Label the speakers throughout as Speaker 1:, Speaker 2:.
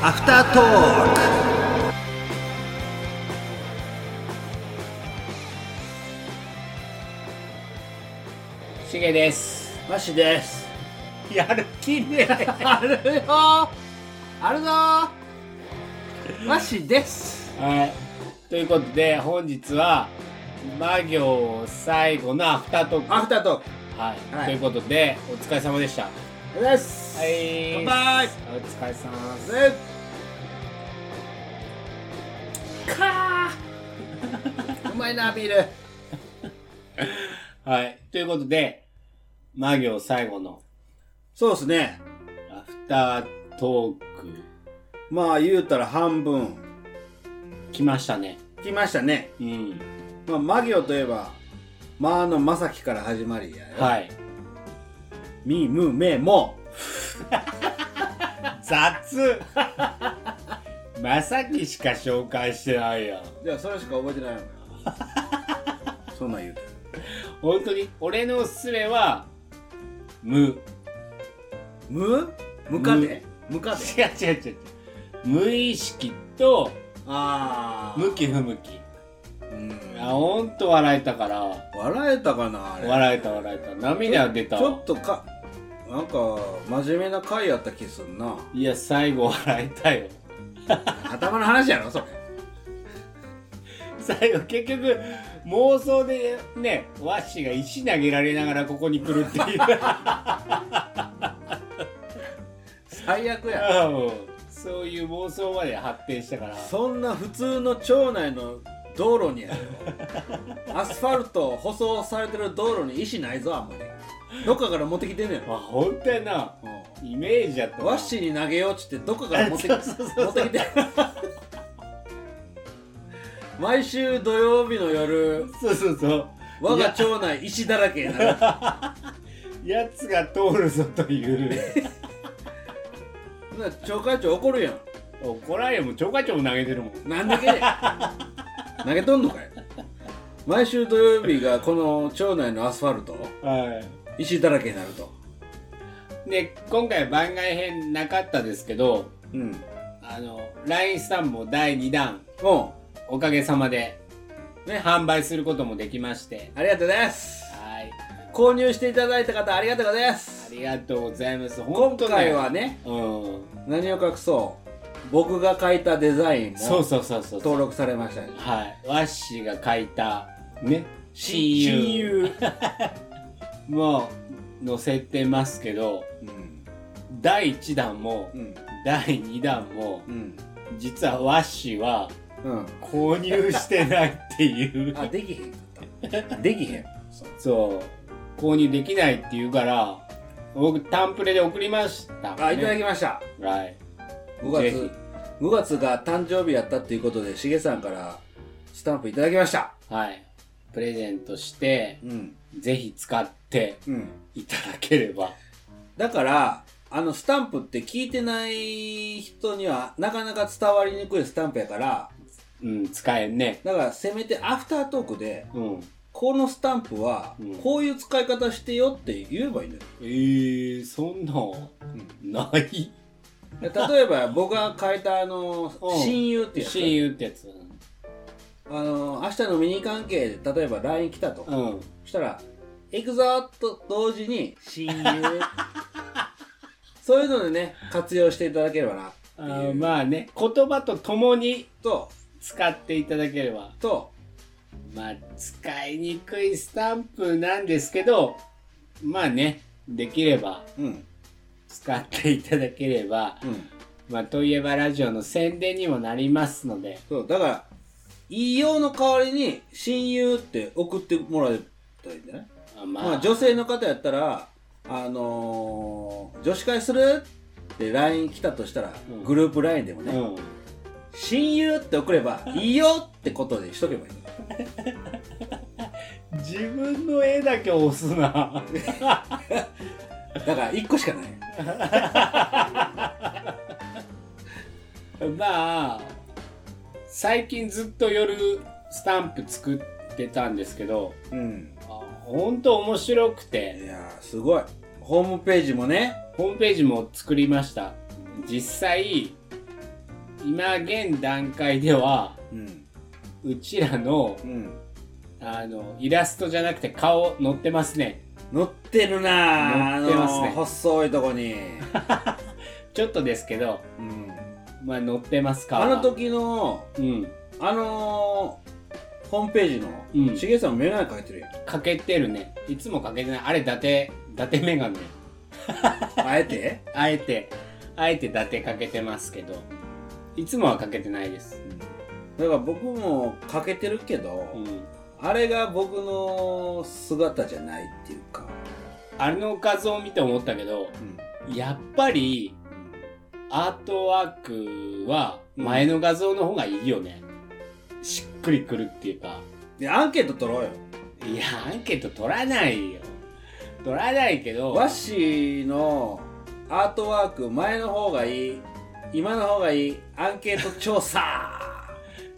Speaker 1: アフタートーク
Speaker 2: しげです
Speaker 1: マシです
Speaker 2: やる気ね
Speaker 1: あるよーあるぞーマシです
Speaker 2: はいということで本日は魔行最後のアフタートーク
Speaker 1: アフタートーク
Speaker 2: はい、
Speaker 1: はい
Speaker 2: ということでお疲れ様でしたは
Speaker 1: おはようございます乾
Speaker 2: い
Speaker 1: 杯
Speaker 2: お疲れ様です
Speaker 1: ね
Speaker 2: か
Speaker 1: うまいなビール
Speaker 2: はいということで魔行最後の
Speaker 1: そうですね
Speaker 2: アフタートーク
Speaker 1: まあ言うたら半分
Speaker 2: 来ましたね
Speaker 1: 来ましたね
Speaker 2: うん
Speaker 1: まあマギオといえばまあのまさきから始まりやよ
Speaker 2: はい
Speaker 1: みむめも
Speaker 2: 雑まさきしか紹介してないやん
Speaker 1: じゃあそれしか覚えてないのよそんなん言うて
Speaker 2: 本当に俺のおすすめは無
Speaker 1: むむかでむかで
Speaker 2: 違う違う違う違う無意識と
Speaker 1: ああ
Speaker 2: 向き不向き
Speaker 1: うん
Speaker 2: あほんと笑えたから
Speaker 1: 笑えたかなあれ
Speaker 2: 笑えた笑えた涙出たわ
Speaker 1: ちょっとかなんか真面目な回やった気すんない
Speaker 2: や最後笑えたよ
Speaker 1: 頭の話やろそれ
Speaker 2: 最後結局妄想でねワッシーが石投げられながらここに来るって いう
Speaker 1: 最悪や
Speaker 2: うんそういう妄想まで発展したから
Speaker 1: そんな普通の町内の道路にやろアスファルト舗装されてる道路に石ないぞあんまりどっかから持ってきてんねん
Speaker 2: あ本当やなイメージやったな
Speaker 1: ワッシーに投げようっつってどっかから持ってき
Speaker 2: そうそうそう
Speaker 1: 持ってきて毎週土曜日の夜
Speaker 2: そうそうそう
Speaker 1: 我が町内石だらけになる
Speaker 2: やつが通るぞと いう
Speaker 1: な町会長怒るやん
Speaker 2: 怒られよもうちょかちょも投げてるもん
Speaker 1: なんでけねん投げとんのかい毎週土曜日がこの町内のアスファルト
Speaker 2: は
Speaker 1: 石だらけになると
Speaker 2: いで今回番外編なかったですけど
Speaker 1: うん
Speaker 2: あの LINE スタンプも第2弾
Speaker 1: お
Speaker 2: おかげさまで
Speaker 1: うね
Speaker 2: 販売することもできまして
Speaker 1: ありがとうございます
Speaker 2: はい
Speaker 1: 購入していただいた方ありがとうございま
Speaker 2: あ
Speaker 1: す
Speaker 2: りがとうございます
Speaker 1: 今
Speaker 2: 本当
Speaker 1: 回はね
Speaker 2: うん
Speaker 1: 何を隠そう僕が書いたデザイン
Speaker 2: そう
Speaker 1: も
Speaker 2: そうそうそう
Speaker 1: 登録されましたね
Speaker 2: はいワッシーが書いたね親友
Speaker 1: 親友、
Speaker 2: も載せてますけど
Speaker 1: うん
Speaker 2: 第1弾も
Speaker 1: うん
Speaker 2: 第2弾も
Speaker 1: うん
Speaker 2: 実はワッシーは
Speaker 1: うん
Speaker 2: 購入してないっていう
Speaker 1: あできへんかったできへんそう
Speaker 2: そう購入できないっていうから僕タンプレで送りました、
Speaker 1: あいただ
Speaker 2: き
Speaker 1: きました
Speaker 2: はい
Speaker 1: 5
Speaker 2: ぜひ
Speaker 1: 月5月が誕生日やったっていうことでしげさんからスタンプいただきました
Speaker 2: はいプレゼントして
Speaker 1: うん
Speaker 2: ぜひ使って
Speaker 1: うん
Speaker 2: いただければ
Speaker 1: だからあのスタンプって聞いてない人にはなかなか伝わりにくいスタンプやから
Speaker 2: うん使えんね
Speaker 1: だからせめてアフタートークで
Speaker 2: うん
Speaker 1: このスタンプは
Speaker 2: うん
Speaker 1: こういう使い方してよって言えばいいんだよ、
Speaker 2: えー、そんなんない
Speaker 1: で例えば僕が書いたあの
Speaker 2: うん
Speaker 1: 親友ってやつ
Speaker 2: 親友ってやつ
Speaker 1: あの明日飲みに行かんけで例えば LINE 来たと、
Speaker 2: うん
Speaker 1: そしたら「行くぞ!」と同時に「親友」 そういうのでね活用していただければな
Speaker 2: あーまあね言葉とともに
Speaker 1: と
Speaker 2: 使っていただければ
Speaker 1: と
Speaker 2: まあ使いにくいスタンプなんですけどまあねできれば
Speaker 1: うん
Speaker 2: 使っていただければ
Speaker 1: うん
Speaker 2: まあといえばラジオの宣伝にもなりますので
Speaker 1: そうだから「いいよ」の代わりに「親友」って送ってもらえたらいいんじゃない、
Speaker 2: あま
Speaker 1: まあ、女性の方やったら「あのー女子会する?」って LINE 来たとしたら、
Speaker 2: うん
Speaker 1: グループ LINE でも
Speaker 2: う
Speaker 1: ね「
Speaker 2: ん
Speaker 1: 親友」って送れば「いいよ」ってことにしとけばいい
Speaker 2: 自分の絵だけ押すな
Speaker 1: だから1個しかない
Speaker 2: まあ最近ずっと夜スタンプ作ってたんですけど
Speaker 1: うん
Speaker 2: あ本当面白くて
Speaker 1: いやーすごいホームページもね
Speaker 2: ホームページも作りました実際今現段階では
Speaker 1: うん
Speaker 2: うちらの
Speaker 1: うん
Speaker 2: あのイラストじゃなくて顔載ってますね
Speaker 1: 乗ってるなあ
Speaker 2: 乗ってますね
Speaker 1: あの細いとこ に、
Speaker 2: ちょっとですけど
Speaker 1: うん、
Speaker 2: まあ載ってますか
Speaker 1: あの時の
Speaker 2: うん
Speaker 1: あのー、ホームページの、
Speaker 2: うん
Speaker 1: しげさん目が描いてるやん
Speaker 2: かけてるねいつもかけてないあれ伊達伊達メガネ
Speaker 1: あえて、
Speaker 2: あえてあえて伊達かけてますけどいつもはかけてないです
Speaker 1: だから僕も描けてるけど、
Speaker 2: うん
Speaker 1: あれが僕の姿じゃないっていうか、
Speaker 2: あれの画像を見て思ったけど
Speaker 1: うん
Speaker 2: やっぱりアートワークは前の画像の方がいいよね、しっくりくるっていうか
Speaker 1: でアンケート取ろうよ
Speaker 2: いやアンケート取らないよ取らないけど
Speaker 1: ワッシーのアートワーク前の方がいい今の方がいいアンケート調査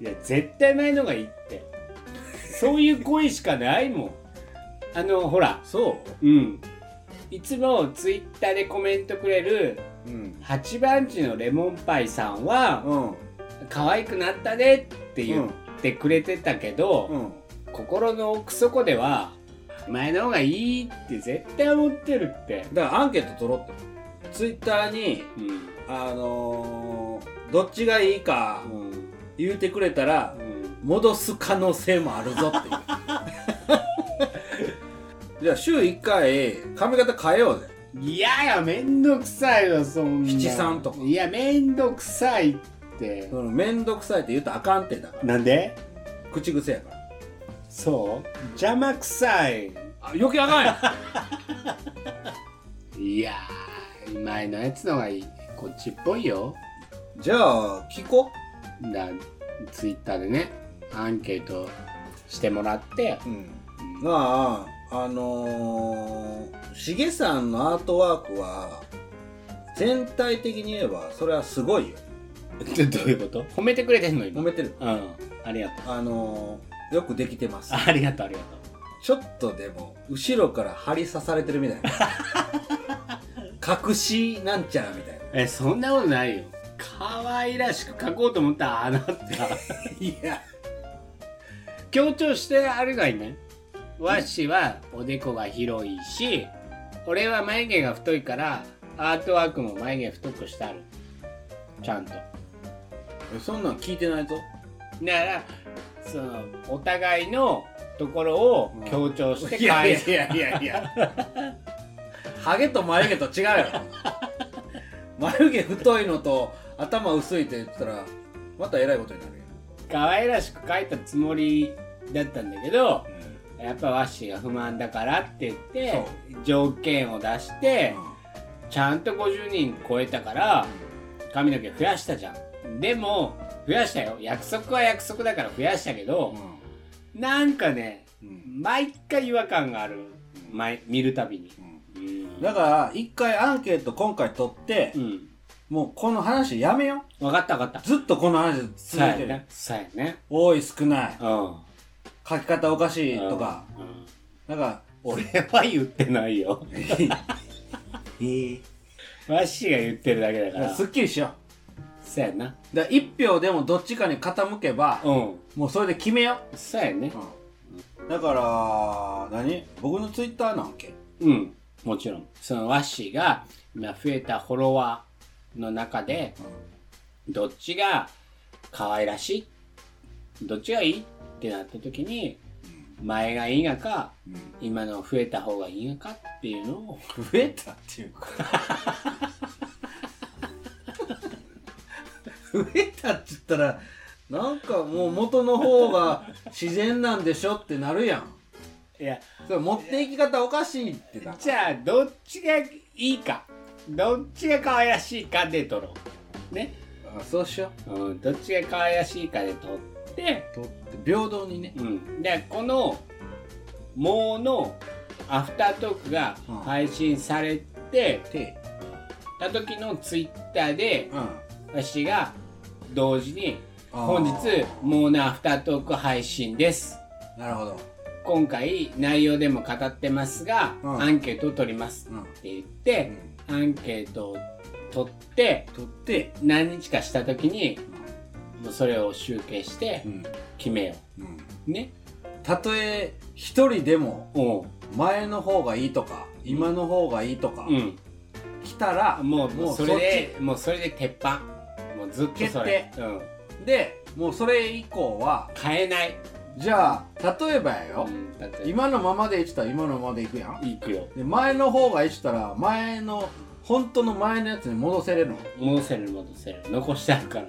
Speaker 2: いや絶対前のがいいってそういう声しかないもんあのほら
Speaker 1: そ
Speaker 2: うんいつもツイッターでコメントくれる
Speaker 1: ううん
Speaker 2: 八番地のレモンパイさんは
Speaker 1: うん
Speaker 2: 可愛くなったねって言ってくれてたけど、
Speaker 1: うん
Speaker 2: 心の奥底では前の方がいいって絶対思ってるって、
Speaker 1: だからアンケート取ろうってツイッターに
Speaker 2: うん
Speaker 1: あのー、どっちがいいか
Speaker 2: うん
Speaker 1: 言うてくれたら
Speaker 2: うん
Speaker 1: 戻す可能性もあるぞ っていうじゃあ週1回髪型変えようぜ
Speaker 2: いやいやめんどくさいわそんな
Speaker 1: 七三とか
Speaker 2: いやめんどくさいって
Speaker 1: そのめんどくさいって言うとあかんってだから
Speaker 2: なんで
Speaker 1: 口癖やから
Speaker 2: そう邪魔くさい
Speaker 1: あ余計あかんやん
Speaker 2: いやー前のやつの方がいいこっちっぽいよ
Speaker 1: じゃあ聞こ
Speaker 2: だツイッターでねアンケートしてもらって
Speaker 1: う、うん、まああのー、しげさんのアートワークは全体的に言えばそれはすごいよ
Speaker 2: で どういうこと褒めてくれてんの今
Speaker 1: 褒めてる
Speaker 2: うんありがとう
Speaker 1: あのー、よくできてます
Speaker 2: ありがとうありがとう
Speaker 1: ちょっとでも後ろから針刺されてるみたいな 隠しなんちゃらみたいな
Speaker 2: えそんなことないよ可愛らしく描こうと思ったらああなった
Speaker 1: いや
Speaker 2: 強調してあれがいいねわっしはおでこが広いし俺は眉毛が太いからアートワークも眉毛太くしてあるちゃんとだか
Speaker 1: そんなん聞いてないぞ
Speaker 2: らそのお互いのところを強調して
Speaker 1: いやいやいやいやいやハゲと眉毛と違うよ眉毛太いのと頭薄いって言ったらまたえらいことになるよ
Speaker 2: 可愛らしく描いたつもりだったんだけどやっぱわっしが不満だからって言って条件を出して、ちゃんと50人超えたから髪の毛増やしたじゃんでも増やしたよ約束は約束だから増やしたけど、なんかね毎回違和感がある毎見るたびにうん
Speaker 1: だから一回アンケート今回取って、
Speaker 2: うん
Speaker 1: もうこの話やめよ
Speaker 2: 分かった分かった
Speaker 1: ずっとこの話
Speaker 2: そう
Speaker 1: 続い
Speaker 2: や
Speaker 1: てる
Speaker 2: ねそうやね
Speaker 1: 多い少ない
Speaker 2: うん
Speaker 1: 書き方おかしいとか、
Speaker 2: う
Speaker 1: なん
Speaker 2: ん
Speaker 1: か
Speaker 2: 俺は言ってないよわしが言ってるだけだから
Speaker 1: すっきりしよ
Speaker 2: そうやな
Speaker 1: うだから1票でもどっちかに傾けば、
Speaker 2: うん
Speaker 1: もうそれで決めよう
Speaker 2: そうやね
Speaker 1: だから何僕のツイッターなわけ
Speaker 2: うん、もちろん。そのワッシーが今増えたフォロワーの中で、どっちが可愛らしいどっちがいいってなった時に、前がいいがか、今の増えた方がいいがかっていうのを、
Speaker 1: 増えたっていう か増えたって言ったらなんかもう元の方が自然なんでしょってなるやん
Speaker 2: いや、
Speaker 1: それ持っていき方おかしいってな
Speaker 2: じゃあどっちがいいか、どっちが可愛らしいかで撮ろう。ね。
Speaker 1: あそうしよ
Speaker 2: うん、どっちが可愛らしいかで撮って、
Speaker 1: うとって平等にね
Speaker 2: うん、でこの「もう」のアフタートークが
Speaker 1: うん
Speaker 2: 配信されて
Speaker 1: で
Speaker 2: た時のツイッターで
Speaker 1: うん
Speaker 2: 私が同時に「
Speaker 1: あー
Speaker 2: 本日もうのアフタートーク配信です
Speaker 1: なるほど」
Speaker 2: 今回内容でも語ってますが、
Speaker 1: うん
Speaker 2: アンケートを取ります
Speaker 1: うん
Speaker 2: って言って、アンケートを取って
Speaker 1: 取って、
Speaker 2: 何日かした時にもうそれを集計して
Speaker 1: うん
Speaker 2: 決めよ
Speaker 1: うん、
Speaker 2: うね
Speaker 1: たとえ一人でも
Speaker 2: おう
Speaker 1: 前の方がいいとか今の方がいいとか、
Speaker 2: うん
Speaker 1: 来たら
Speaker 2: もう
Speaker 1: もう
Speaker 2: それでもうそれで鉄板もうずっとそれ、うん、
Speaker 1: でもうそれ以降は
Speaker 2: 変えない、
Speaker 1: じゃあ例えばやよ
Speaker 2: う、ん、だって
Speaker 1: 今のままでいってたら今のままでいくやん
Speaker 2: 行くよ
Speaker 1: で前の方がいいってたら前の本当の前のやつに戻せれるの
Speaker 2: 戻せる戻せる残してあるから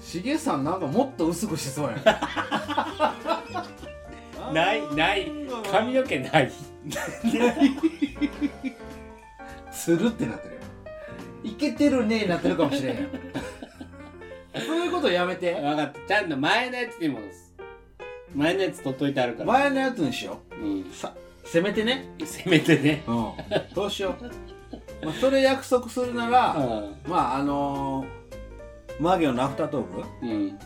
Speaker 1: しげさんなんかもっと薄くしそうや ん
Speaker 2: ないない髪の毛ない
Speaker 1: つるってなってるよいけてるねーなってるかもしれんよそういうことやめて
Speaker 2: 分かったちゃんと前のやつに戻す前のやつ取っといてあるから、
Speaker 1: 前のやつにしよ
Speaker 2: うん
Speaker 1: う、させめてね
Speaker 2: せめてね
Speaker 1: うんどうしよう、まあ、それ約束するなら、まああのー、マーゲンのアフタートー
Speaker 2: うんうん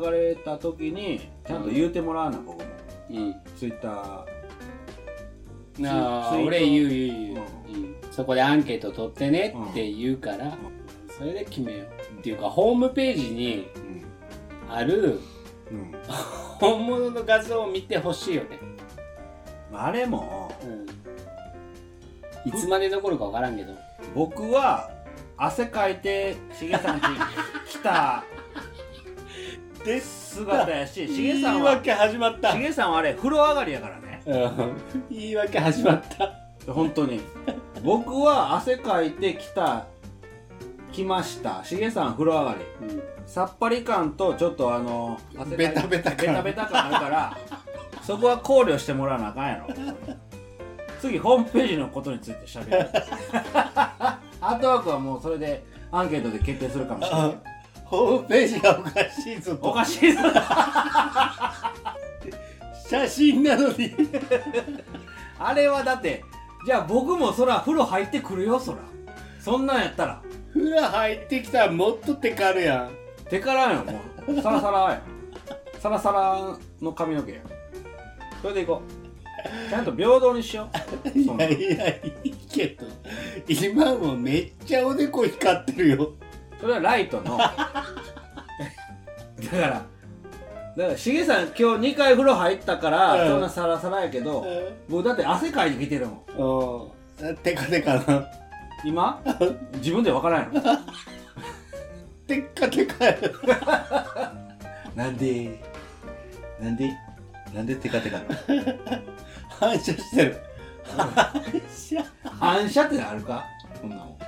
Speaker 1: ク流れた時にちゃんと言うてもらわな僕も
Speaker 2: うん
Speaker 1: ツイッター
Speaker 2: なあ
Speaker 1: ツイート
Speaker 2: 俺言う言う言う、うんそこでアンケート取ってねって言うから、それで決めようっていうかホームページにある
Speaker 1: うん、うん
Speaker 2: 本物の画像を見てほしいよね、
Speaker 1: まああれも
Speaker 2: いつまで残るか分からんけど
Speaker 1: 僕は汗かいてしげさんち来た
Speaker 2: で
Speaker 1: 姿や ししげさ
Speaker 2: 言
Speaker 1: ん
Speaker 2: い
Speaker 1: は
Speaker 2: 訳始まった
Speaker 1: しげさんはあれ風呂上がりやからね
Speaker 2: うん言い訳始まった
Speaker 1: 本当に僕は汗かいてきた来ましたしげさん風呂上がりさっぱり感とちょっとあの汗かい
Speaker 2: ベタベタ
Speaker 1: ベ
Speaker 2: 感
Speaker 1: タベタ感あるからそこは考慮してもらわなあかんやろ次ホームページのことについてしゃべ るアートワークはもうそれでアンケートで決定するかもしれない
Speaker 2: ホームページがおかしいぞ
Speaker 1: おかしいぞ
Speaker 2: 写真なのに
Speaker 1: あれはだってじゃあ僕もそら風呂入ってくるよそらそんなんやったら
Speaker 2: 風呂入ってきたらもっとテカるや
Speaker 1: 手からよもうサラサラやサラサラの髪の毛やそれでいこうちゃんと平等にしようそ
Speaker 2: ん
Speaker 1: ん
Speaker 2: い
Speaker 1: な
Speaker 2: やいやいいけど今もめっちゃおでこ光ってるよ
Speaker 1: それはライトの だからだからしげさん今日2回風呂入ったから、
Speaker 2: うん
Speaker 1: そんなサラサラやけど、僕だって汗かいてきてるもん
Speaker 2: うんテカテカな
Speaker 1: 今自分で分からんやろ
Speaker 2: テッカテカや
Speaker 1: なんでなんでなんでテカテカなの
Speaker 2: 反射してる反射
Speaker 1: 反射ってあるかこんなもん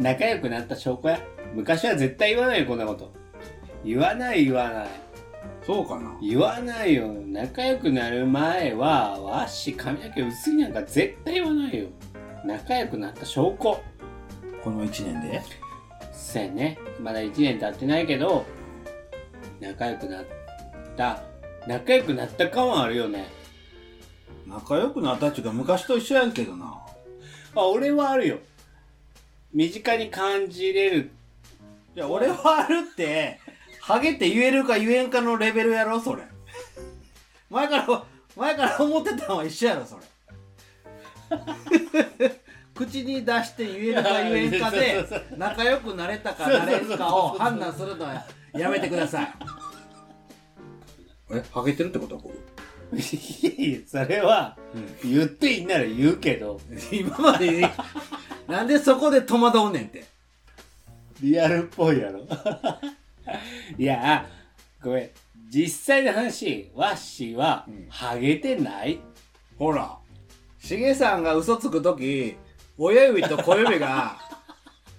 Speaker 2: 仲良くなった証拠や昔は絶対言わないよこんなこと言わない言わない
Speaker 1: そうかな
Speaker 2: 言わないよ仲良くなる前はわっし髪の毛薄いなんか絶対言わないよ仲良くなった証拠
Speaker 1: この1年で
Speaker 2: せやねまだ1年経ってないけど仲良くなった仲良くなった感はあるよね
Speaker 1: 仲良くなったっちゅうか昔と一緒やんけどな
Speaker 2: あ俺はあるよ身近に感じれる
Speaker 1: いや俺はあるってハゲって言えるか言えんかのレベルやろそれ前から前から思ってたのは一緒やろそれ 口に出して言えるか言えんかで仲良くなれたかなれんかを判断するのはやめてくださいえハゲてるってことは僕
Speaker 2: いやそれは言っていいなら言うけど
Speaker 1: 今までなんでそこで戸惑うねんって
Speaker 2: リアルっぽいやろ いやごめん実際の話ワッシーは
Speaker 1: うん
Speaker 2: ハゲてない、
Speaker 1: ほら、しげさんが嘘つくとき、親指と小指 が、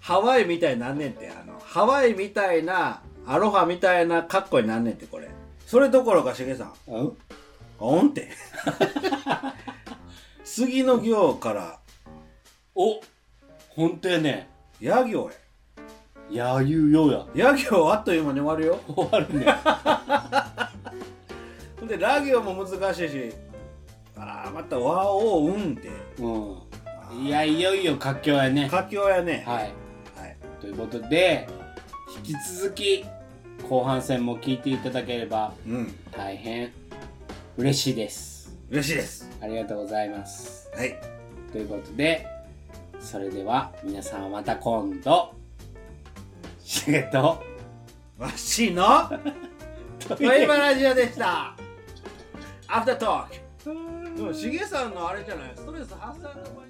Speaker 1: ハワイみたいになんねんって、あの、ハワイみたいな、アロハみたいな格好になんねんって、これ。それどころかしげさん、
Speaker 2: うん、
Speaker 1: おんっ て。杉の行から、
Speaker 2: お本当やね
Speaker 1: ヤ行
Speaker 2: やゆうようや
Speaker 1: へ。ヤ行あっという間に終わるよ。
Speaker 2: 終わ るね
Speaker 1: ほんで、ラ行も難しいし、あら、また、わおうんって。
Speaker 2: うんいやいよいよ佳境やね
Speaker 1: 佳境やね。
Speaker 2: はい
Speaker 1: はい。
Speaker 2: ということで引き続き後半戦も聞いていただければ
Speaker 1: うん。
Speaker 2: 大変嬉しいです
Speaker 1: 嬉しいです。
Speaker 2: ありがとうございます
Speaker 1: はい。
Speaker 2: ということでそれでは皆さんまた今度しげと
Speaker 1: わしのトイバラジオでしたアフタートークでもしげさんのあれじゃないストレス発散の場合